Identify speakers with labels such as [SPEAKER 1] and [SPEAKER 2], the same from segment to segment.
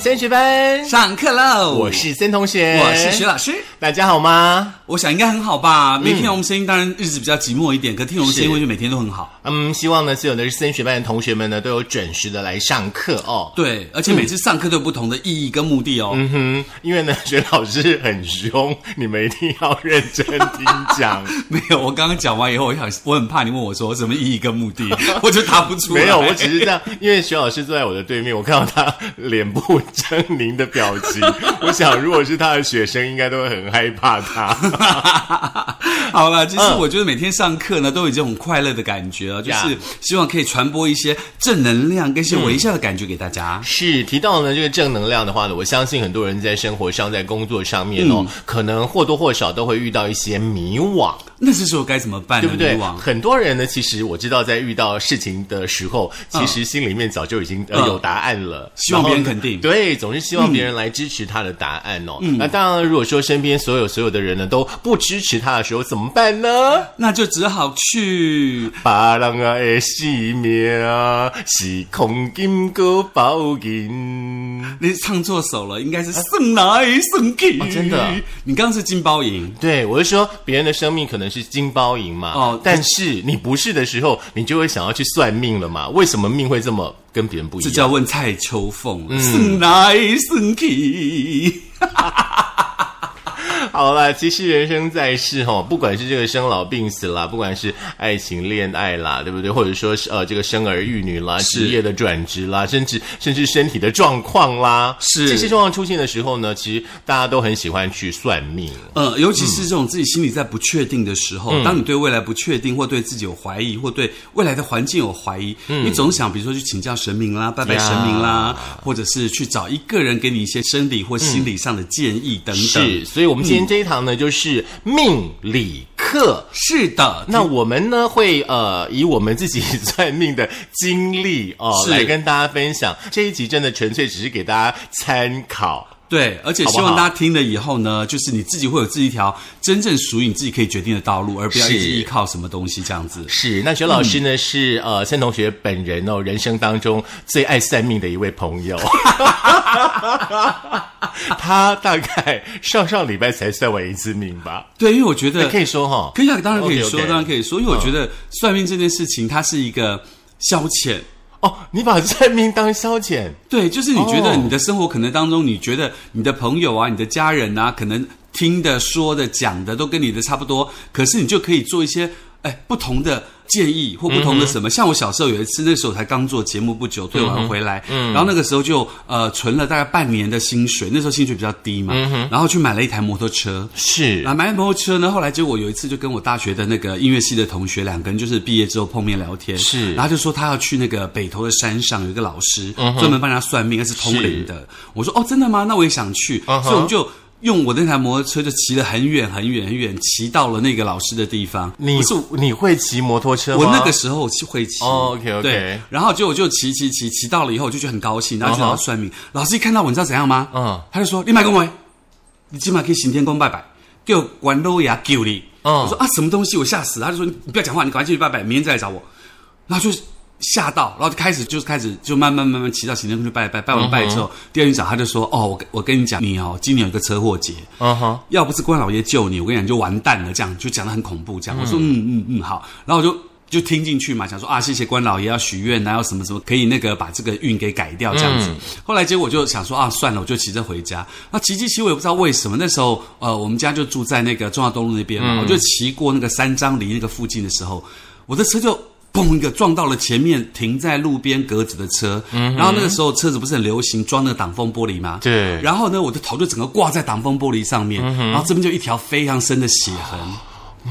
[SPEAKER 1] 森学班，
[SPEAKER 2] 上课喽！
[SPEAKER 1] 我是森同学，
[SPEAKER 2] 我是徐老师，
[SPEAKER 1] 大家好吗？
[SPEAKER 2] 我想应该很好吧。
[SPEAKER 1] 嗯
[SPEAKER 2] 没听我们声音，当然日子比较寂寞一点，可听我们声音，
[SPEAKER 1] 是
[SPEAKER 2] 我就每天都很好。
[SPEAKER 1] 嗯，希望呢，所有的森学班的同学们呢，都有准时的来上课哦。
[SPEAKER 2] 对，而且每次上课都有不同的意义跟目的哦。
[SPEAKER 1] 嗯哼，因为呢，学老师很凶，你们一定要认真听 讲。
[SPEAKER 2] 没有，我刚刚讲完以后，我想我很怕你问我说什么意义跟目的， 我就答不出来。
[SPEAKER 1] 没有，我只是这样，因为徐老师坐在我的对面，我看到他脸部狰狞的表情，我想如果是他的学生，应该都会很害怕他。
[SPEAKER 2] 好了，其实我觉得每天上课呢，都有一种快乐的感觉啊，就
[SPEAKER 1] 嗯呀
[SPEAKER 2] 是希望可以传播一些正能量跟一些微笑的感觉给大家。
[SPEAKER 1] 是提到呢这个正能量的话呢，我相信很多人在生活上、在工作上面
[SPEAKER 2] 嗯
[SPEAKER 1] 哦，可能或多或少都会遇到一些迷惘，
[SPEAKER 2] 那这时候该怎么办
[SPEAKER 1] 对
[SPEAKER 2] 呢？
[SPEAKER 1] 不对？
[SPEAKER 2] 女王
[SPEAKER 1] 很多人呢，其实我知道在遇到事情的时候，其实心里面早就已经、呃
[SPEAKER 2] 嗯
[SPEAKER 1] 有答案了，
[SPEAKER 2] 希望
[SPEAKER 1] 然后
[SPEAKER 2] 别人肯定嗯
[SPEAKER 1] 对，总是希望别人来支持他的答案哦。那当然，如果说身边所有所有的人呢都不支持他的时候，怎么办 呢？
[SPEAKER 2] 那就只好去
[SPEAKER 1] 别人啊的性命啊，是空金哥宝银。
[SPEAKER 2] 那唱错手了，应该是送来送去、
[SPEAKER 1] 啊哦真的啊
[SPEAKER 2] 你刚刚是金包银，
[SPEAKER 1] 对，我是说别人的生命可能是金包银嘛，
[SPEAKER 2] 哦
[SPEAKER 1] 但是你不是的时候，你就会想要去算命了嘛？为什么命会这么跟别人不一
[SPEAKER 2] 这
[SPEAKER 1] 样？
[SPEAKER 2] 叫问蔡秋凤，
[SPEAKER 1] 嗯
[SPEAKER 2] 送来送去。
[SPEAKER 1] 好啦，其实人生在世哈、不管是这个生老病死啦，不管是爱情恋爱啦，对不对？或者说是呃这个生儿育女啦，
[SPEAKER 2] 是
[SPEAKER 1] 职业的转职啦，甚至甚至身体的状况啦，
[SPEAKER 2] 是
[SPEAKER 1] 这些状况出现的时候呢，其实大家都很喜欢去算命。
[SPEAKER 2] 呃，尤其
[SPEAKER 1] 嗯
[SPEAKER 2] 是这种自己心里在不确定的时候，当你对未来不确定，或对自己有怀疑，或对未来的环境有怀疑，
[SPEAKER 1] 嗯
[SPEAKER 2] 你总想比如说去请教神明啦，拜拜神明啦，或者是去找一个人给你一些生理或心理上的嗯建议等等。
[SPEAKER 1] 是，所以我们今天这一堂呢，就是命理课。
[SPEAKER 2] 是的，
[SPEAKER 1] 那我们呢会呃以我们自己 算命的经历哦
[SPEAKER 2] 是
[SPEAKER 1] 来跟大家分享。这一集真的纯粹只是给大家参考。
[SPEAKER 2] 对，而且
[SPEAKER 1] 好不
[SPEAKER 2] 希
[SPEAKER 1] 好
[SPEAKER 2] 望大家听了以后呢，就是你自己会有自己一条真正属于你自己可以决定的道路，而不要
[SPEAKER 1] 是
[SPEAKER 2] 一直依靠什么东西这样子。
[SPEAKER 1] 是，那学老师
[SPEAKER 2] 嗯
[SPEAKER 1] 呢、是呃森同学本人哦，人生当中最爱算命的一位朋友。 他大概上上礼拜才算完一次命吧，
[SPEAKER 2] 对，因为我觉得
[SPEAKER 1] 可以说哈、
[SPEAKER 2] 可以啊，当然可以说
[SPEAKER 1] OK，OK 嗯
[SPEAKER 2] 当然可以说，因为我觉得算命这件事情，它是一个消遣。
[SPEAKER 1] 哦，你把算命当消遣。
[SPEAKER 2] 对，就是你觉
[SPEAKER 1] 哦
[SPEAKER 2] 得你的生活可能当中，你觉得你的朋友啊、你的家人啊，可能听的、说的、讲的都跟你的差不多，可是你就可以做一些哎不同的建议或不同的什么。像我小时候有一次，那时候才刚做节目不久，退完回来，然后那个时候就呃存了大概半年的薪水，那时候薪水比较低嘛，然后去买了一台摩托车。
[SPEAKER 1] 是
[SPEAKER 2] 啊，买摩托车呢，后来结果有一次就跟我大学的那个音乐系的同学两个人，就是毕业之后碰面聊天，
[SPEAKER 1] 是嗯
[SPEAKER 2] 然后就说他要去那个北投的山上有一个老师，专门帮他算命，那是通灵的。我说哦，真的吗？那我也想去，
[SPEAKER 1] 嗯哼
[SPEAKER 2] 所以我们就。用我那台摩托车就骑了很远很远很远，骑到了那个老师的地方。
[SPEAKER 1] 你
[SPEAKER 2] 不是
[SPEAKER 1] 你会骑摩托车吗？
[SPEAKER 2] 我那个时候会骑。
[SPEAKER 1] 哦，OK，OK
[SPEAKER 2] 对，然后结果就骑骑骑骑到了以后，我就觉得很高兴，然后就找他算命。老师一看到我，你知道怎样吗？
[SPEAKER 1] 嗯
[SPEAKER 2] 嗯，他就说：“你买公文，你起码可以行天宫拜拜，叫管路牙救你。”
[SPEAKER 1] 嗯
[SPEAKER 2] 我说：“啊，什么东西？我吓死了！”他就说：“你不要讲话，你赶快进去拜拜，明天再来找我。”然后就吓到，然后就开始就是开始就慢慢慢慢骑到行天宫去拜拜，拜完拜之后，第二天早上他就说：“哦，我我跟你讲，你哦，今年有一个车祸节。”
[SPEAKER 1] 嗯哼，
[SPEAKER 2] 要不是关老爷救你，我跟你讲你就完蛋了，这样就讲的很恐怖，这样。我说嗯嗯嗯好，然后我就就听进去嘛，想说啊谢谢关老爷要许愿啊，要什么什么可以那个把这个运给改掉这样子。后来结果就想说啊算了，我就骑着回家。那骑骑骑我也不知道为什么，那时候呃我们家就住在那个中华东路那边嘛，我就骑过那个三张犁那个附近的时候，我的车就。砰！一个撞到了前面停在路边格子的车，然后那个时候车子不是很流行装那个挡风玻璃吗？
[SPEAKER 1] 对
[SPEAKER 2] 然后呢，我的头就整个挂在挡风玻璃上面，然后这边就一条非常深的血痕，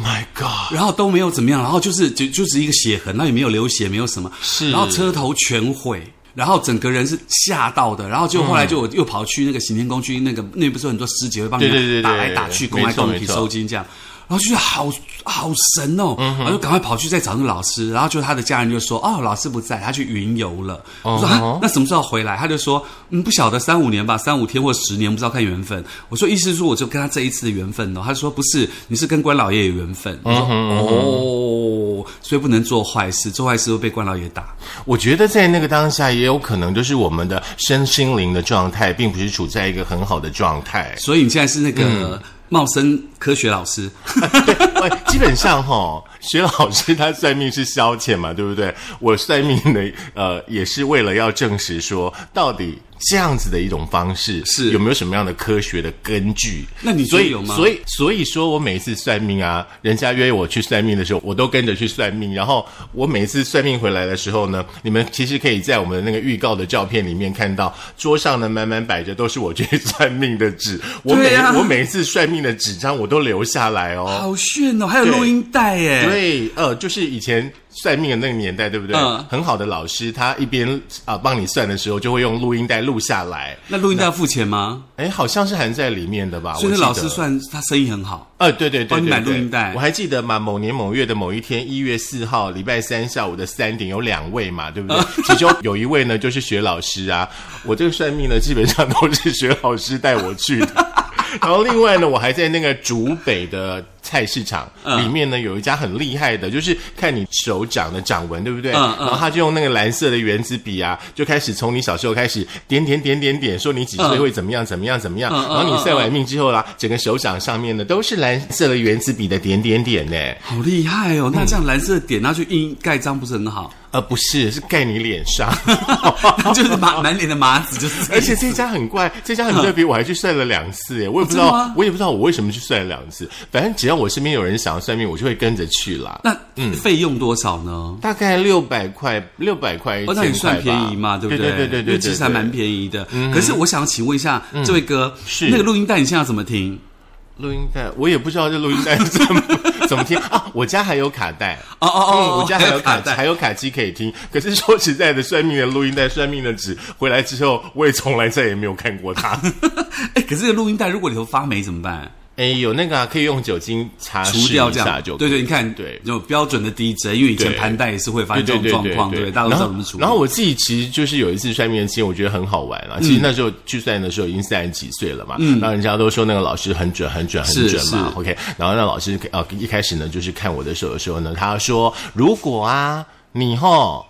[SPEAKER 1] ，My God，
[SPEAKER 2] 然后都没有怎么样，然后就是就就是一个血痕，那也没有流血，没有什么，
[SPEAKER 1] 是
[SPEAKER 2] 然后车头全毁。然后整个人是吓到的，然后就后来就我又跑去那个行天宫去那个那不是有很多师姐会帮你
[SPEAKER 1] 对对对对
[SPEAKER 2] 打来打去，
[SPEAKER 1] 没错
[SPEAKER 2] 公来公
[SPEAKER 1] 没
[SPEAKER 2] 去
[SPEAKER 1] 错
[SPEAKER 2] 收金这样。然后就觉得好好神哦，
[SPEAKER 1] 嗯
[SPEAKER 2] 然后就赶快跑去再找那个老师，然后就他的家人就说哦，老师不在，他去云游了。我
[SPEAKER 1] 嗯
[SPEAKER 2] 说啊，那什么时候回来？他就说嗯，不晓得三五年吧，三五天或十年，不知道看缘分。我说意思是说我就跟他这一次的缘分哦。他说不是，你是跟关老爷有缘分。我说
[SPEAKER 1] 嗯
[SPEAKER 2] 哦，所以不能做坏事，做坏事会被关老爷打。
[SPEAKER 1] 我觉得在那个当下，也有可能就是我们的身心灵的状态，并不是处在一个很好的状态。
[SPEAKER 2] 所以你现在是那
[SPEAKER 1] 嗯
[SPEAKER 2] 个茂生科学老师，
[SPEAKER 1] 喂哎基本上哈、薛老师他算命是消遣嘛，对不对？我算命的呃，也是为了要证实说，到底这样子的一种方式
[SPEAKER 2] 是
[SPEAKER 1] 有没有什么样的科学的根据？
[SPEAKER 2] 那你觉
[SPEAKER 1] 所
[SPEAKER 2] 得
[SPEAKER 1] 以
[SPEAKER 2] 有吗
[SPEAKER 1] 所以所以说我每一次算命啊，人家约我去算命的时候，我都跟着去算命。然后我每一次算命回来的时候呢，你们其实可以在我们的那个预告的照片里面看到，桌上呢满满摆着都是我去算命的纸。我每、
[SPEAKER 2] 对啊
[SPEAKER 1] 我每一次算命的纸张我都留下来哦。
[SPEAKER 2] 好炫哦，还有录音带耶。
[SPEAKER 1] 对，呃，就是以前算命的那个年代，对不对？
[SPEAKER 2] 嗯
[SPEAKER 1] 很好的老师，他一边啊、帮你算的时候，就会用录音带录下来。
[SPEAKER 2] 那录音带要付钱吗？
[SPEAKER 1] 哎，好像是含在里面的吧？
[SPEAKER 2] 所以那
[SPEAKER 1] 啊我记得
[SPEAKER 2] 老师，算他生意很好，
[SPEAKER 1] 呃，对对对对
[SPEAKER 2] 帮你买
[SPEAKER 1] 对
[SPEAKER 2] 录音带
[SPEAKER 1] 我还记得嘛，某年某月的某一天，一月四号，礼拜三下午的三点，有两位嘛，对不 对？其中有一位呢，就是学老师啊。我这个算命呢，基本上都是学老师带我去的。然后另外呢，我还在那个竹北的菜市场
[SPEAKER 2] 嗯
[SPEAKER 1] 里面呢，有一家很厉害的，就是看你手掌的掌纹，对不对？
[SPEAKER 2] 嗯嗯
[SPEAKER 1] 然后他就用那个蓝色的圆珠笔啊，就开始从你小时候开始点点点点点，说你几岁
[SPEAKER 2] 嗯
[SPEAKER 1] 会怎么样怎么样怎么样。
[SPEAKER 2] 嗯嗯
[SPEAKER 1] 然后你
[SPEAKER 2] 嗯
[SPEAKER 1] 算完
[SPEAKER 2] 嗯
[SPEAKER 1] 命之后啦，整个手掌上面呢都是蓝色的原子笔的点点点呢。
[SPEAKER 2] 好厉害
[SPEAKER 1] 嗯
[SPEAKER 2] 哦！那这样蓝色的点拿去印盖章不是很 好？哦
[SPEAKER 1] 呃，不是，是盖你脸上。
[SPEAKER 2] 就是麻满脸的麻子，就是 这
[SPEAKER 1] 而
[SPEAKER 2] 样
[SPEAKER 1] 且这家很怪，这家很特别，我还去算了两次耶，我也不知
[SPEAKER 2] 真的
[SPEAKER 1] 道
[SPEAKER 2] 吗，
[SPEAKER 1] 我也不知道我为什么去算了两次。反正只要我身边有人想要算命，我就会跟着去啦。
[SPEAKER 2] 那费用多少呢？
[SPEAKER 1] 大概六百块，六百块，一
[SPEAKER 2] 哦，那你
[SPEAKER 1] 千块
[SPEAKER 2] 算
[SPEAKER 1] 吧
[SPEAKER 2] 便宜嘛，对不
[SPEAKER 1] 对
[SPEAKER 2] 对
[SPEAKER 1] 对对
[SPEAKER 2] 因
[SPEAKER 1] 对，
[SPEAKER 2] 为其实还蛮
[SPEAKER 1] 对嗯
[SPEAKER 2] 便宜的。可是我想请问一下，这位哥，
[SPEAKER 1] 是
[SPEAKER 2] 那个录音带你现在要怎么听？
[SPEAKER 1] 录音带，我也不知道这录音带是怎么怎么听啊。我家还有卡带。
[SPEAKER 2] 哦哦
[SPEAKER 1] 嗯，
[SPEAKER 2] 哦，
[SPEAKER 1] 我家还有卡
[SPEAKER 2] 带。
[SPEAKER 1] 还有卡机可以听。可是说实在的，算命的录音带、算命的纸回来之后，我也从来再也没有看过它。
[SPEAKER 2] 哎，可是这个录音带如果里头发霉怎么办？
[SPEAKER 1] 哎，有那个、啊、可以用酒精擦
[SPEAKER 2] 除
[SPEAKER 1] 拭
[SPEAKER 2] 掉
[SPEAKER 1] 一
[SPEAKER 2] 这样
[SPEAKER 1] 下，就可以
[SPEAKER 2] 对对，你看，
[SPEAKER 1] 对
[SPEAKER 2] 有标准的 DJ，因为以前
[SPEAKER 1] 对
[SPEAKER 2] 盘带也是会发
[SPEAKER 1] 对
[SPEAKER 2] 生这
[SPEAKER 1] 对
[SPEAKER 2] 种
[SPEAKER 1] 对
[SPEAKER 2] 状
[SPEAKER 1] 对
[SPEAKER 2] 况，对不
[SPEAKER 1] 对，
[SPEAKER 2] 对？大家都
[SPEAKER 1] 然
[SPEAKER 2] 知
[SPEAKER 1] 后
[SPEAKER 2] 道怎么处理。嗯
[SPEAKER 1] 然后我自己其实就是有一次算命的经验，我觉得很好玩啊。其实那时候去算的时候已经三十几岁了嘛，然后人家都说那个老师很准、很准、很
[SPEAKER 2] 是
[SPEAKER 1] 准嘛。
[SPEAKER 2] 嗯是
[SPEAKER 1] OK，然后那老师呃一开始呢，就是看我的手的时候呢，他说如果啊你吼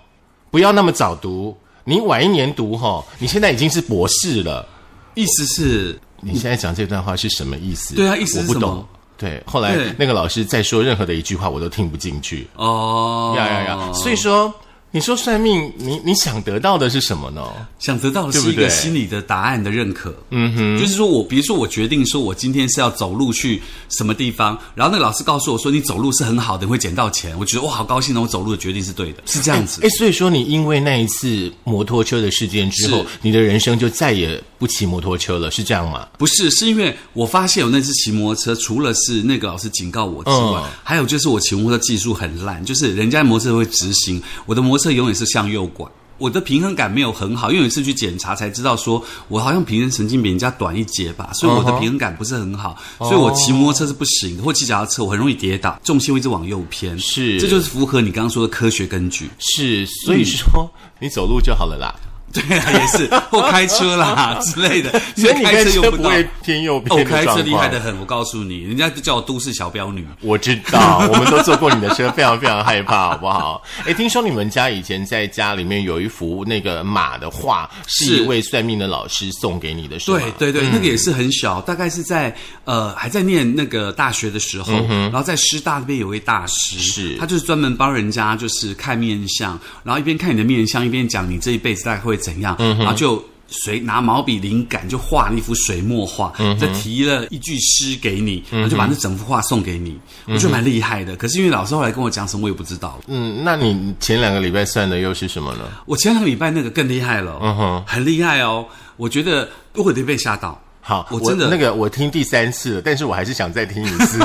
[SPEAKER 1] 不要那么早读，你晚一年读吼，你现在已经是博士了。
[SPEAKER 2] 意思是，
[SPEAKER 1] 你现在讲这段话是什么意思？
[SPEAKER 2] 对啊意思是
[SPEAKER 1] 我不
[SPEAKER 2] 什么
[SPEAKER 1] 懂。对，后来
[SPEAKER 2] 对
[SPEAKER 1] 那个老师再说任何的一句话，我都听不进去。
[SPEAKER 2] 哦，
[SPEAKER 1] 呀呀呀！所以说，你说算命，你你想得到的是什么呢？
[SPEAKER 2] 想得到的
[SPEAKER 1] 对
[SPEAKER 2] 是
[SPEAKER 1] 不
[SPEAKER 2] 一
[SPEAKER 1] 对
[SPEAKER 2] 个心理的答案的认可。嗯哼，就是说我，比如说我决定说我今天是要走路去什么地方，然后那个老师告诉我说你走路是很好的，你会捡到钱，我觉得哇好高兴哦，我走路的决定是对的，是这样子。
[SPEAKER 1] 哎，所以说你因为那一次摩托车的事件之后
[SPEAKER 2] 是，
[SPEAKER 1] 你的人生就再也不骑摩托车了，是这样吗？
[SPEAKER 2] 不是，是因为我发现我那次骑摩托车，除了是那个老师警告我之外，
[SPEAKER 1] 嗯
[SPEAKER 2] 还有就是我骑摩托车技术很烂，就是人家摩托车会直行，我的摩托车永远是向右拐。我的平衡感没有很好，因为有一次去检查才知道，说我好像平衡神经比人家短一截吧，所以我的平衡感不是很好，
[SPEAKER 1] 嗯
[SPEAKER 2] 所以我骑摩托车是不行的，或骑脚踏车我很容易跌倒，重心会一直往右偏，
[SPEAKER 1] 是
[SPEAKER 2] 这就是符合你刚刚说的科学根据。
[SPEAKER 1] 是，所以说
[SPEAKER 2] 嗯
[SPEAKER 1] 你走路就好了啦。
[SPEAKER 2] 对啊，也是或开 车啦之类的，
[SPEAKER 1] 所以你开
[SPEAKER 2] 车
[SPEAKER 1] 车
[SPEAKER 2] 用
[SPEAKER 1] 不
[SPEAKER 2] 到。
[SPEAKER 1] 会偏右
[SPEAKER 2] 哦，我
[SPEAKER 1] 偏的
[SPEAKER 2] 开
[SPEAKER 1] 状
[SPEAKER 2] 车
[SPEAKER 1] 况。
[SPEAKER 2] 厉害的很，我告诉你，人家就叫我都市小彪女。
[SPEAKER 1] 我知道，我 们都坐过你的车，非常非常害怕，好不好？ 哎，听说你们家以前在家里面有一幅那个马的画，是
[SPEAKER 2] 是
[SPEAKER 1] 一位算命的老师送给你的，是吗？
[SPEAKER 2] 对嗯对对，那个也是很小，大概是在呃还在念那个大学的时候，然后在师大那边有位大师，
[SPEAKER 1] 是
[SPEAKER 2] 他嗯就是专门帮人家就是看面相，然后一边看你的面相，一边讲你这一辈子大概会怎样，然后就。随拿毛笔灵感就画了一幅水墨画，再提了一句诗给你，然后就把那整幅画送给你，我觉得蛮厉害的。可是因为老师后来跟我讲什么，我也不知道了。
[SPEAKER 1] 嗯，那你前两个礼拜算的又是什么呢？
[SPEAKER 2] 我前两个礼拜那个更厉害了，嗯
[SPEAKER 1] 哼，
[SPEAKER 2] 很厉害哦。我觉得我得被吓到。
[SPEAKER 1] 好，
[SPEAKER 2] 我真的
[SPEAKER 1] 那个我听第三次了，但是我还是想再听一次。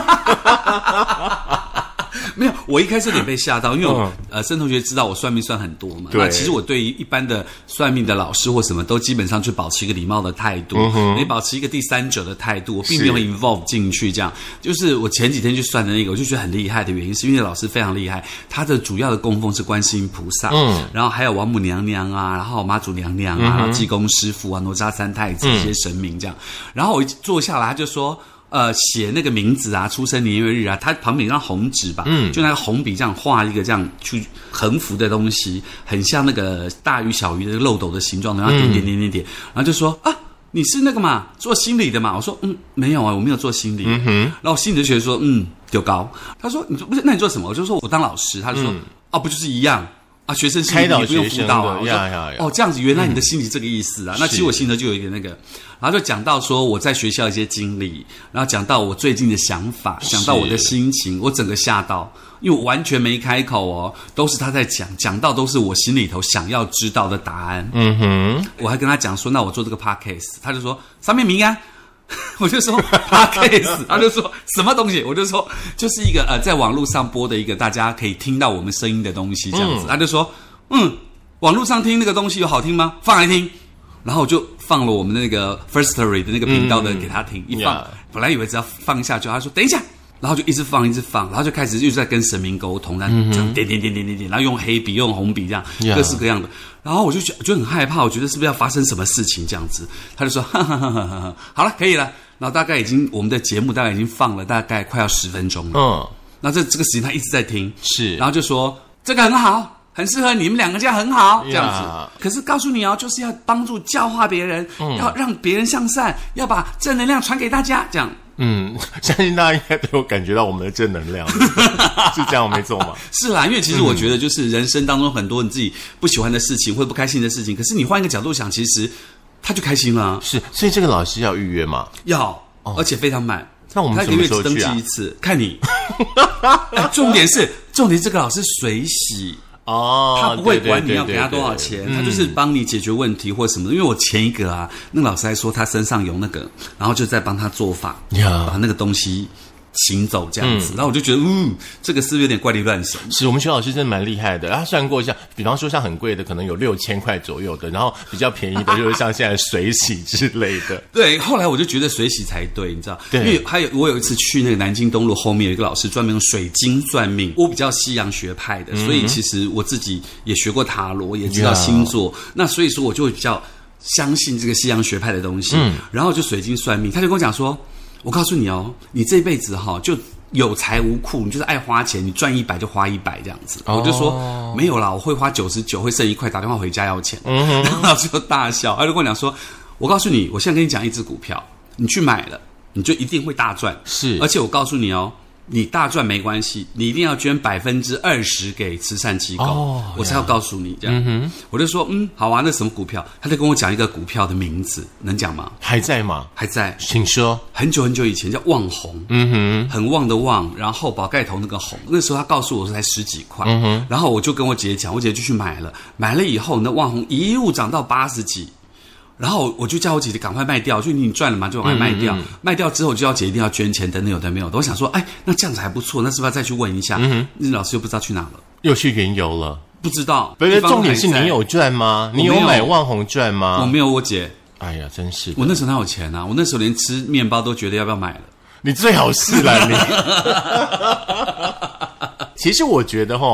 [SPEAKER 2] 没有，我一开始有点被吓到，因为我、呃，申同学知道我算命算很多嘛。
[SPEAKER 1] 嗯对
[SPEAKER 2] 那其实我对于一般的算命的老师或什么，都基本上去保持一个礼貌的态度，
[SPEAKER 1] 嗯
[SPEAKER 2] 你保持一个第三者的态度，我并没有
[SPEAKER 1] 是
[SPEAKER 2] involve 进去。这样，就是我前几天去算的那个，我就觉得很厉害的原因，是因为老师非常厉害，他的主要的供奉是观世音菩萨，嗯，然后还有王母娘娘啊，然后妈祖娘娘啊，然后济公师傅啊，哪吒三太子这些神明这样。然后我一坐下来，他就说。呃，写那个名字啊，出生年月日啊，他旁边有一张红纸吧，嗯，就那个红笔这样画一个这样去横幅的东西，很像那个大鱼小鱼的漏斗的形状，然后点点点点点，然后就说啊，你是那个嘛，做心理的嘛？我说嗯，没有啊，我没有做心理。嗯哼，然后我心理就觉得说嗯，丢高。他说你不是，那你做什么？我就说我当老师。他就说、啊，不就是一样。啊，学生心
[SPEAKER 1] 嗯
[SPEAKER 2] 理
[SPEAKER 1] 开导
[SPEAKER 2] 你不用
[SPEAKER 1] 学
[SPEAKER 2] 辅
[SPEAKER 1] 生
[SPEAKER 2] 导啊！
[SPEAKER 1] 的
[SPEAKER 2] 我说
[SPEAKER 1] 呀呀呀嗯
[SPEAKER 2] 哦，这样子，原来你的心理这个意思啊。那其实我心里头就有一点那个，然后就讲到说我在学校一些经历，然后讲到我最近的想法，讲到我的心情，我整个吓到，因为我完全没开口哦，都是他在讲，讲到都是我心里头想要知道的答案。
[SPEAKER 1] 嗯哼，
[SPEAKER 2] 我还跟他讲说，那我做这个 podcast，他就说上面明安。 我就说 podcast，他就说什么东西，我就说就是一个呃，在网络上播的一个大家可以听到我们声音的东西，这样子。他就说，嗯，网络上听那个东西有好听吗？放来听。然后我就放了我们的那个 Firstory 的那个频道的给他听，一
[SPEAKER 1] 嗯
[SPEAKER 2] 放
[SPEAKER 1] Yeah
[SPEAKER 2] 本来以为只要放下去，他说等一下，然后就一直放一直放，然后就开始又在跟神明沟通，然后这样点点点点点点，然后用黑笔用红笔这样
[SPEAKER 1] 嗯 Yeah
[SPEAKER 2] 各式各样的。然后我就觉我就很害怕，我觉得是不是要发生什么事情这样子？他就说 哈哈哈哈哈哈，好了，可以了。然后大概已经我们的节目大概已经放了大概快要十分钟了，
[SPEAKER 1] 嗯，
[SPEAKER 2] 那这这个时间他一直在听，
[SPEAKER 1] 是
[SPEAKER 2] 然后就说这个很好。很适合你们两个，这样很好，这样子。
[SPEAKER 1] Yeah
[SPEAKER 2] 可是告诉你哦，就是要帮助教化别人，
[SPEAKER 1] 嗯
[SPEAKER 2] 要让别人向善，要把正能量传给大家，这样。
[SPEAKER 1] 嗯，相信大家应该都有感觉到我们的正能量， 是这样没错吗？
[SPEAKER 2] 是啦，因为
[SPEAKER 1] 嗯
[SPEAKER 2] 其实我觉得，就是人生当中很多你自己不喜欢的事情或者不开心的事情，可是你换一个角度想，其实他就开心了啊，
[SPEAKER 1] 是，所以这个老师要预约嘛？
[SPEAKER 2] 要，而且非常满。
[SPEAKER 1] 哦那我们
[SPEAKER 2] 他一个
[SPEAKER 1] 什么
[SPEAKER 2] 月
[SPEAKER 1] 时候
[SPEAKER 2] 只登
[SPEAKER 1] 去啊
[SPEAKER 2] 记一次，看 你。哎重点是，重点是这个老师水洗，
[SPEAKER 1] 哦，
[SPEAKER 2] 他不会管你
[SPEAKER 1] 对嗯
[SPEAKER 2] 要给他多少，钱，他就是帮你解决问题或什么的。因为我前一个啊，那个老师还说他身上有那个，然后就在帮他做法，
[SPEAKER 1] 呀
[SPEAKER 2] 把那个东西行走这样子。然后我就觉得，嗯，这个是不是有点怪力乱神？
[SPEAKER 1] 是我们徐老师真的蛮厉害的，他算过一下，比方说像很贵的，可能有六千块左右的，然后比较便宜的，就是像现在水洗之类的。
[SPEAKER 2] 对，后来我就觉得水洗才对，你知道？
[SPEAKER 1] 对
[SPEAKER 2] 因为还有我有一次去那个南京东路后面有一个老师专门用水晶算命，我比较西洋学派
[SPEAKER 1] 嗯
[SPEAKER 2] 的，所以其实我自己也学过塔罗，也知道
[SPEAKER 1] Yeah
[SPEAKER 2] 星座，那所以说我就会比较相信这个西洋学派的东西。
[SPEAKER 1] 嗯
[SPEAKER 2] 然后就水晶算命，他就跟我讲说：“我告诉你哦，你这辈子哈、就。”有财无库，你就是爱花钱，你赚一百就花一百这样子。
[SPEAKER 1] 哦
[SPEAKER 2] 我就说没有啦，我会花九十九，会剩一块，打电话回家要钱。
[SPEAKER 1] 嗯
[SPEAKER 2] 然后老师就大笑，他就跟我讲说：“我告诉你，我现在跟你讲一只股票，你去买了，你就一定会大赚。
[SPEAKER 1] 是
[SPEAKER 2] 而且我告诉你哦，你大赚没关系，你一定要捐百分之二十给慈善机构，
[SPEAKER 1] 哦
[SPEAKER 2] 我才要告诉你这样。我就说嗯，好啊，那什么股票？他就跟我讲一个股票的名字，能讲吗？
[SPEAKER 1] 还在吗？
[SPEAKER 2] 还在
[SPEAKER 1] 请说。
[SPEAKER 2] 很久很久以前叫旺红，
[SPEAKER 1] 嗯
[SPEAKER 2] 很旺的旺，然后宝盖头那个红，那时候他告诉我说才十几块，
[SPEAKER 1] 嗯
[SPEAKER 2] 然后我就跟我姐姐讲，我姐姐就去买了，买了以后那旺红一路涨到八十几，然后我就叫我姐姐赶快卖掉，就你赚了嘛，就赶快卖
[SPEAKER 1] 嗯
[SPEAKER 2] 掉，卖掉之后我就要姐一定要捐钱，等等有的没有的，我想说，哎，那这样子还不错，那是不是要再去问一下？
[SPEAKER 1] 嗯
[SPEAKER 2] 那老师又不知道去哪了，
[SPEAKER 1] 哼，又去云游了。
[SPEAKER 2] 不知道，
[SPEAKER 1] 不是，
[SPEAKER 2] 地方
[SPEAKER 1] 重点是
[SPEAKER 2] 还在
[SPEAKER 1] 你有，赚吗？你
[SPEAKER 2] 我没有
[SPEAKER 1] 买万红赚
[SPEAKER 2] 我
[SPEAKER 1] 吗？
[SPEAKER 2] 没有，我姐，
[SPEAKER 1] 哎呀，真是的
[SPEAKER 2] 我那时候哪有钱啊？我那时候连吃面包都觉得要不要买了。
[SPEAKER 1] 你最好是啦你。 其实我觉得哈，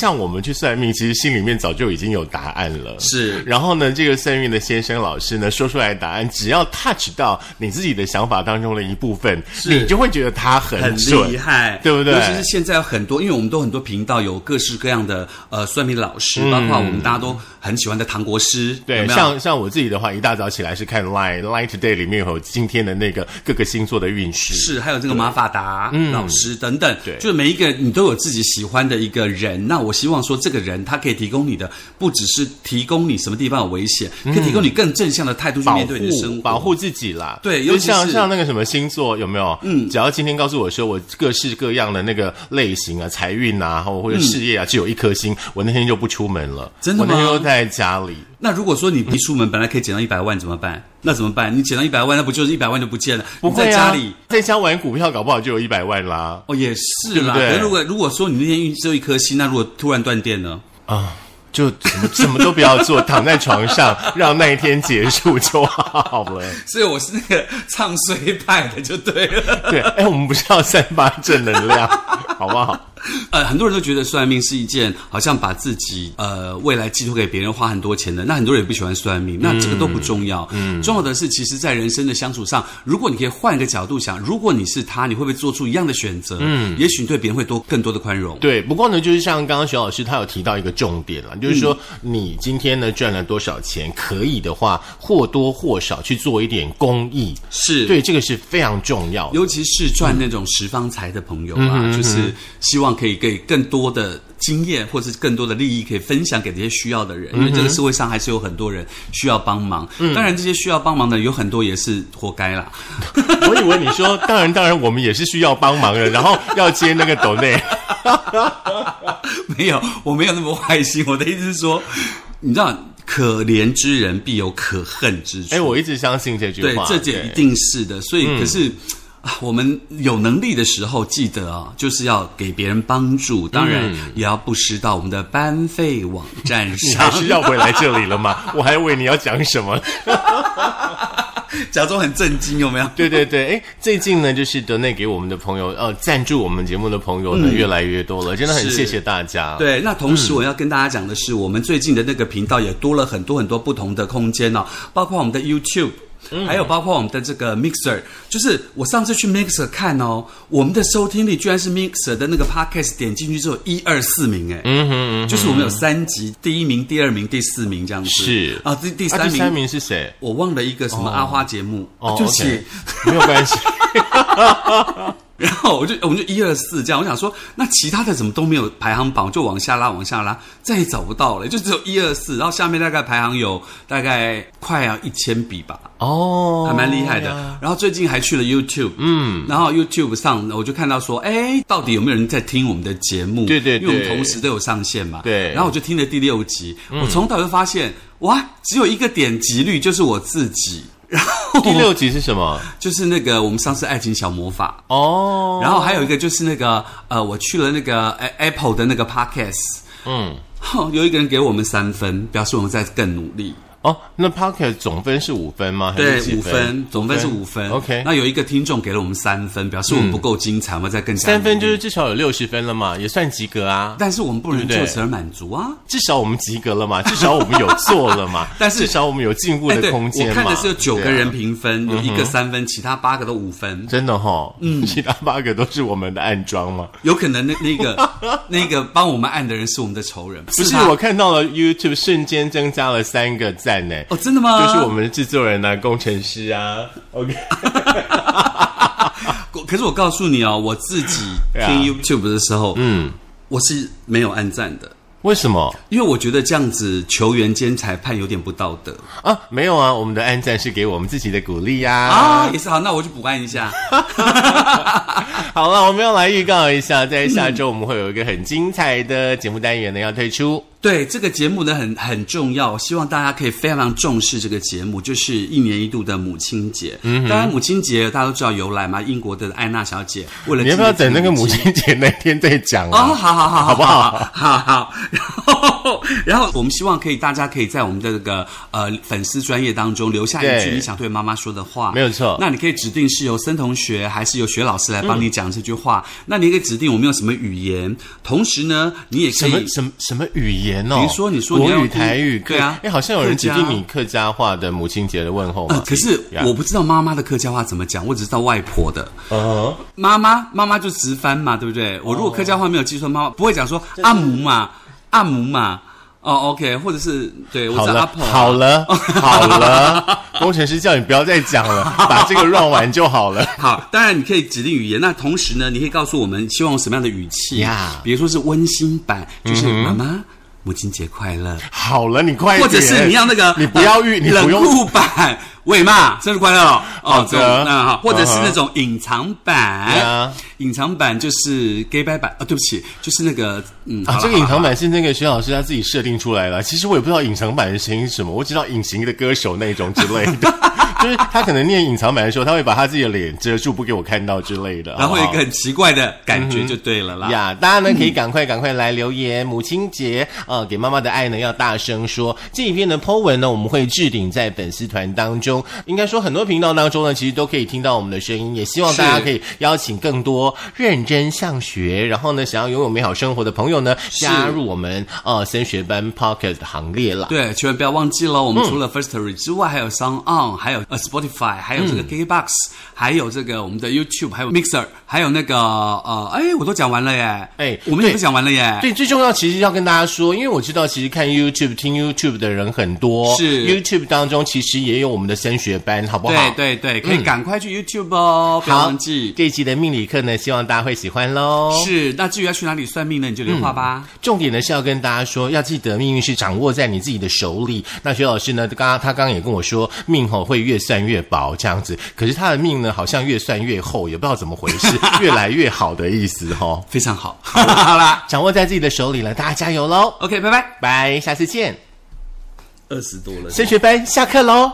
[SPEAKER 1] 像我们去算命，其实心里面早就已经有答案了。
[SPEAKER 2] 是
[SPEAKER 1] 然后呢，这个算命的先生老师呢，说出来的答案，只要 touch 到你自己的想法当中的一部分，你就会觉得他很
[SPEAKER 2] 很
[SPEAKER 1] 准。
[SPEAKER 2] 厉害，
[SPEAKER 1] 对不对
[SPEAKER 2] 尤其是现在有很多，因为我们都很多频道有各式各样的呃算命老师，包括我们大家都很喜欢的唐国师，有
[SPEAKER 1] 嗯对，
[SPEAKER 2] 没有
[SPEAKER 1] 像像我自己的话，一大早起来是看 Line Line Today 里面有今天的那个各个星座的运势。
[SPEAKER 2] 是，还有这个马法达老师等等，
[SPEAKER 1] 嗯对
[SPEAKER 2] 就是每一个你都有自己喜欢的一个人。那我希望说，这个人他可以提供你的，不只是提供你什么地方有危险，可以提供你更正向的态度去
[SPEAKER 1] 保
[SPEAKER 2] 面对你的生
[SPEAKER 1] 护
[SPEAKER 2] 活，
[SPEAKER 1] 嗯保护自己啦。
[SPEAKER 2] 对尤
[SPEAKER 1] 就
[SPEAKER 2] 其
[SPEAKER 1] 像
[SPEAKER 2] 是
[SPEAKER 1] 像那个什么星座有没有？嗯，只要今天告诉我说我各式各样的那个类型啊、财运啊，或或者事业啊，只有一颗星，我那天就不出门了，
[SPEAKER 2] 嗯真的
[SPEAKER 1] 我那天
[SPEAKER 2] 吗
[SPEAKER 1] 就待在家里。
[SPEAKER 2] 那如果说你一出门本来可以捡到一百万怎么办？那怎么办？你捡到一百万，那不就是一百万就不见了？
[SPEAKER 1] 不
[SPEAKER 2] 你
[SPEAKER 1] 会
[SPEAKER 2] 在
[SPEAKER 1] 啊
[SPEAKER 2] 家里。
[SPEAKER 1] 在家玩股票，搞不好就有一百万啦
[SPEAKER 2] 哦，也是
[SPEAKER 1] 对
[SPEAKER 2] 啦。
[SPEAKER 1] 不对
[SPEAKER 2] 可是如果如果说你那天运气只有一颗星，那如果突然断电呢？
[SPEAKER 1] 啊！就什么什么都不要 做，躺在床上，让那一天结束就好了。
[SPEAKER 2] 所以我是那个唱衰派的，就对了。
[SPEAKER 1] 对，哎，我们不是要散发正能量，好不好？
[SPEAKER 2] 呃，很多人都觉得算命是一件好像把自己呃未来寄托给别人，花很多钱的。那很多人也不喜欢算命，那这个都不重要。重要的是，其实，在人生的相处上，如果你可以换个角度想，如果你是他，你会不会做出一样的选择？嗯，也许你对别人会多更多的宽容。
[SPEAKER 1] 对，不过呢，就是像刚刚徐老师他有提到一个重点了，
[SPEAKER 2] 嗯
[SPEAKER 1] 就是说你今天呢赚了多少钱，可以的话或多或少去做一点公益，
[SPEAKER 2] 是
[SPEAKER 1] 对，这个是非常重要的。
[SPEAKER 2] 尤其是赚那种十方财的朋
[SPEAKER 1] 嗯
[SPEAKER 2] 友啊，就是希望可以给更多的经验或是更多的利益可以分享给这些需要的人，因为
[SPEAKER 1] 嗯
[SPEAKER 2] 这个社会上还是有很多人需要帮忙。当然，这些需要帮忙的有很多也是活该啦。
[SPEAKER 1] 我以为你说，当然当然，我们也是需要帮忙的，然后要接那个抖 内，
[SPEAKER 2] 没有，我没有那么坏心。我的意思是说，你知道，可怜之人必有可恨之处。
[SPEAKER 1] 哎，我一直相信这句
[SPEAKER 2] 对
[SPEAKER 1] 话，，
[SPEAKER 2] 这点
[SPEAKER 1] 对嗯
[SPEAKER 2] 一定是的。所以，可是。啊，我们有能力的时候，记得啊，就是要给别人帮助，当然也要不失到我们的班费网站
[SPEAKER 1] 嗯 你还
[SPEAKER 2] 上，
[SPEAKER 1] 是要回来这里了吗？我还以为你要讲什么。
[SPEAKER 2] 假装很震惊，有没有？
[SPEAKER 1] 对对对，哎，最近呢，就是德内给我们的朋友，呃，赞助我们节目的朋友呢，越来越多了，真的很
[SPEAKER 2] 嗯是
[SPEAKER 1] 谢谢大家。
[SPEAKER 2] 对，那同
[SPEAKER 1] 嗯
[SPEAKER 2] 时我要跟大家讲的是，我们最近的那个频道也多了很多很多不同的空间哦，包括我们的 YouTube。还
[SPEAKER 1] 嗯
[SPEAKER 2] 有包括我们的这个 Mixer，就是我上次去 Mixer 看哦，我们的收听率居然是 Mixer 的那个 Podcast 点进去之后一二四名哎，嗯哼就是我们有三集，第一名、第二名、第四名这样子，
[SPEAKER 1] 是
[SPEAKER 2] 啊，第第
[SPEAKER 1] 啊
[SPEAKER 2] 三
[SPEAKER 1] 第
[SPEAKER 2] 名，
[SPEAKER 1] 三名是谁？
[SPEAKER 2] 我忘了一个什么阿花节目，
[SPEAKER 1] 哦
[SPEAKER 2] 啊对不起
[SPEAKER 1] OK 没有关系，
[SPEAKER 2] 然后我就我们就一二四这样，我想说，那其他的怎么都没有排行榜，就往下拉，往下拉，再也找不到了，就只有一二四。然后下面大概排行有大概快要一千笔吧，
[SPEAKER 1] 哦，
[SPEAKER 2] 还蛮厉害的。然后最近还去了 YouTube，嗯，然后 YouTube 上我就看到说，哎，到底有没有人在听我们的节目？
[SPEAKER 1] 对对对
[SPEAKER 2] 因为我们同时都有上线嘛。
[SPEAKER 1] 对嗯
[SPEAKER 2] 然后我就听了第六集，我从头就发现，哇，只有一个点击率，就是我自己。然后
[SPEAKER 1] 第六集是什么？
[SPEAKER 2] 就是那个我们上次爱情小魔法，
[SPEAKER 1] 哦，
[SPEAKER 2] 然后还有一个就是那个呃，我去了那个呃 Apple 的那个 Podcast，
[SPEAKER 1] 嗯，
[SPEAKER 2] 哼有一个人给我们三分，表示我们在更努力。
[SPEAKER 1] 哦，那 Pocket 总分是五分吗？还
[SPEAKER 2] 对
[SPEAKER 1] 是，几
[SPEAKER 2] 五分，总分是
[SPEAKER 1] 对
[SPEAKER 2] 五分。
[SPEAKER 1] OK 嗯
[SPEAKER 2] 那有一个听众给了我们三分，表示我们不够精彩，我们在更加
[SPEAKER 1] 三分
[SPEAKER 2] 努
[SPEAKER 1] 就
[SPEAKER 2] 力
[SPEAKER 1] 是至少有六十分了嘛，也算及格啊。
[SPEAKER 2] 但是我们不能
[SPEAKER 1] 对
[SPEAKER 2] 就
[SPEAKER 1] 不对
[SPEAKER 2] 此而满足啊。
[SPEAKER 1] 至少我们及格了嘛，至少我们有做了嘛，
[SPEAKER 2] 但是
[SPEAKER 1] 至少我们有进步
[SPEAKER 2] 哎
[SPEAKER 1] 的
[SPEAKER 2] 对，
[SPEAKER 1] 空间
[SPEAKER 2] 我
[SPEAKER 1] 嘛。
[SPEAKER 2] 看的是有九个
[SPEAKER 1] 对啊
[SPEAKER 2] 人评分，有一个三分，其他八个都五分。
[SPEAKER 1] 真的哈，嗯，其他八个都是我们的暗装吗？
[SPEAKER 2] 有可能那那 个那个帮我们按的人是我们的仇人，
[SPEAKER 1] 不是
[SPEAKER 2] 他，
[SPEAKER 1] 我看到了 YouTube 瞬间增加了三个赞呢，
[SPEAKER 2] 哦，真的吗？
[SPEAKER 1] 就是我们的制作人啊、工程师啊，OK，
[SPEAKER 2] 我可是我告诉你哦，我自己
[SPEAKER 1] 对
[SPEAKER 2] 听
[SPEAKER 1] 啊
[SPEAKER 2] YouTube 的时候，嗯，我是没有按赞的，
[SPEAKER 1] 为什么
[SPEAKER 2] 因为我觉得这样子球员兼裁判有点不道德
[SPEAKER 1] 啊？没有啊，我们的暗赞是给我们自己的鼓励呀、
[SPEAKER 2] 啊。也是好，那我就补按一下。
[SPEAKER 1] 好了，我们要来预告一下，在下周我们会有一个很精彩的节目单元呢要推出。
[SPEAKER 2] 对这个节目呢很很重要，希望大家可以非常重视这个节目，就是一年一度的母亲节。嗯，当然母亲节大家都知道由来嘛，英国的安娜小姐为了
[SPEAKER 1] 你要不要
[SPEAKER 2] 纪念
[SPEAKER 1] 等那个母
[SPEAKER 2] 亲？
[SPEAKER 1] 亲节那天再讲啊？
[SPEAKER 2] 哦，好好好，
[SPEAKER 1] 好不好？
[SPEAKER 2] 好好。然后，然后我们希望可以大家可以在我们的这个呃粉丝专业当中留下一句
[SPEAKER 1] 对
[SPEAKER 2] 你想对妈妈说的话，
[SPEAKER 1] 没有错
[SPEAKER 2] 那你可以指定是由森同学还是由学老师来帮你讲这句话。那你也可以指定我们用什么语言，同时呢，你也可
[SPEAKER 1] 什么
[SPEAKER 2] 以。
[SPEAKER 1] 什么什么语言哦？
[SPEAKER 2] 比如说哎你说你
[SPEAKER 1] 国
[SPEAKER 2] 要
[SPEAKER 1] 语、台语，
[SPEAKER 2] 对啊
[SPEAKER 1] 哎，好像有人指定
[SPEAKER 2] 客家
[SPEAKER 1] 你客家话的母亲节的问候
[SPEAKER 2] 呃，
[SPEAKER 1] 嘛？
[SPEAKER 2] 可是
[SPEAKER 1] 啊呀
[SPEAKER 2] 我不知道妈妈的客家话怎么讲，我只知道外婆的。
[SPEAKER 1] 嗯，
[SPEAKER 2] 妈妈，妈妈就直翻嘛，对不对？我如
[SPEAKER 1] 哦
[SPEAKER 2] 果客家话没有记错，妈妈不会讲说阿姆嘛，阿姆嘛。哦，OK，或者是对我
[SPEAKER 1] 好
[SPEAKER 2] 知道阿
[SPEAKER 1] 了
[SPEAKER 2] 婆啊，
[SPEAKER 1] 好 了好了，工程师叫你不要再讲了，把这个 run 完就好了。
[SPEAKER 2] 好，当然你可以指定语言。那同时呢，你可以告诉我们希望有什么样的语气
[SPEAKER 1] Yeah 嗯
[SPEAKER 2] 比如说是温馨版，就是妈妈。母亲节快乐，
[SPEAKER 1] 好了，你快点，
[SPEAKER 2] 或者是你要那个
[SPEAKER 1] 哎
[SPEAKER 2] 呃
[SPEAKER 1] 你不要预，你
[SPEAKER 2] 冷
[SPEAKER 1] 不用
[SPEAKER 2] 酷版 喂嘛，生日快乐哦，
[SPEAKER 1] 好
[SPEAKER 2] 哦
[SPEAKER 1] 的
[SPEAKER 2] 这种那哈，或者是
[SPEAKER 1] 嗯哼
[SPEAKER 2] 那种隐藏
[SPEAKER 1] 呀
[SPEAKER 2] 版，隐藏版就是 gay bye 版啊，对不起，就是那个嗯，
[SPEAKER 1] 啊
[SPEAKER 2] 好，了
[SPEAKER 1] 这个隐
[SPEAKER 2] 好
[SPEAKER 1] 藏
[SPEAKER 2] 了
[SPEAKER 1] 版是那个徐老师他自己设定出来的。其实我也不知道隐藏版的声音是什么，我只知道隐形的歌手那种之类的。 就是他可能念隐藏版的时候，他会把他自己的脸遮住，不给我看到之类的。哦
[SPEAKER 2] 然后
[SPEAKER 1] 好
[SPEAKER 2] 有
[SPEAKER 1] 不好
[SPEAKER 2] 一个很奇怪的感
[SPEAKER 1] 哦
[SPEAKER 2] 觉就对了啦。嗯
[SPEAKER 1] 呀大家呢可以赶快赶快来留言。母亲节，呃，给妈妈的爱呢要大声说。这一篇的 Po 文呢，我们会置顶在粉丝团当中。应该说很多频道当中呢，其实都可以听到我们的声音，也希望大家
[SPEAKER 2] 是
[SPEAKER 1] 可以邀请更多认真上学，然后呢想要拥有美好生活的朋友呢，加入我们呃升学班 Pocket 的行列啦。
[SPEAKER 2] 对，千万不要忘记了，我
[SPEAKER 1] 嗯
[SPEAKER 2] 们除了 Firstory 之外，还有 Sound On，还有呃 Spotify，还有这
[SPEAKER 1] 嗯
[SPEAKER 2] 个 KBox，、还有这个我们的 YouTube，还有 Mixer，还有那个呃，哎，我都讲完了耶，
[SPEAKER 1] 哎
[SPEAKER 2] 我们也
[SPEAKER 1] 对
[SPEAKER 2] 都讲完了耶，
[SPEAKER 1] 对，最重要其实要跟大家说，因为我知道其实看 YouTube、听 YouTube 的人很多，
[SPEAKER 2] 是
[SPEAKER 1] YouTube 当中其实也有我们的升学班，好不好？
[SPEAKER 2] 对对对，可以赶快去 YouTube 哦，不要
[SPEAKER 1] 嗯好
[SPEAKER 2] 忘，记。
[SPEAKER 1] 这一集的命理课呢，希望大家会喜欢喽。
[SPEAKER 2] 是，那至于要去哪里算命呢，你就留话吧。
[SPEAKER 1] 重点呢是要跟大家说，要记得命运是掌握在你自己的手里。那徐老师呢，刚刚他刚刚也跟我说，命吼会越算越薄这样子，可是他的命呢，好像越算越厚，也不知道怎么回事， 越来越好的意思哈、
[SPEAKER 2] 非常好，好啦
[SPEAKER 1] 掌握在自己的手里了，大家加油喽！
[SPEAKER 2] ，OK，拜拜。
[SPEAKER 1] 拜，下次见，
[SPEAKER 2] 二十多了
[SPEAKER 1] 升学班下课喽。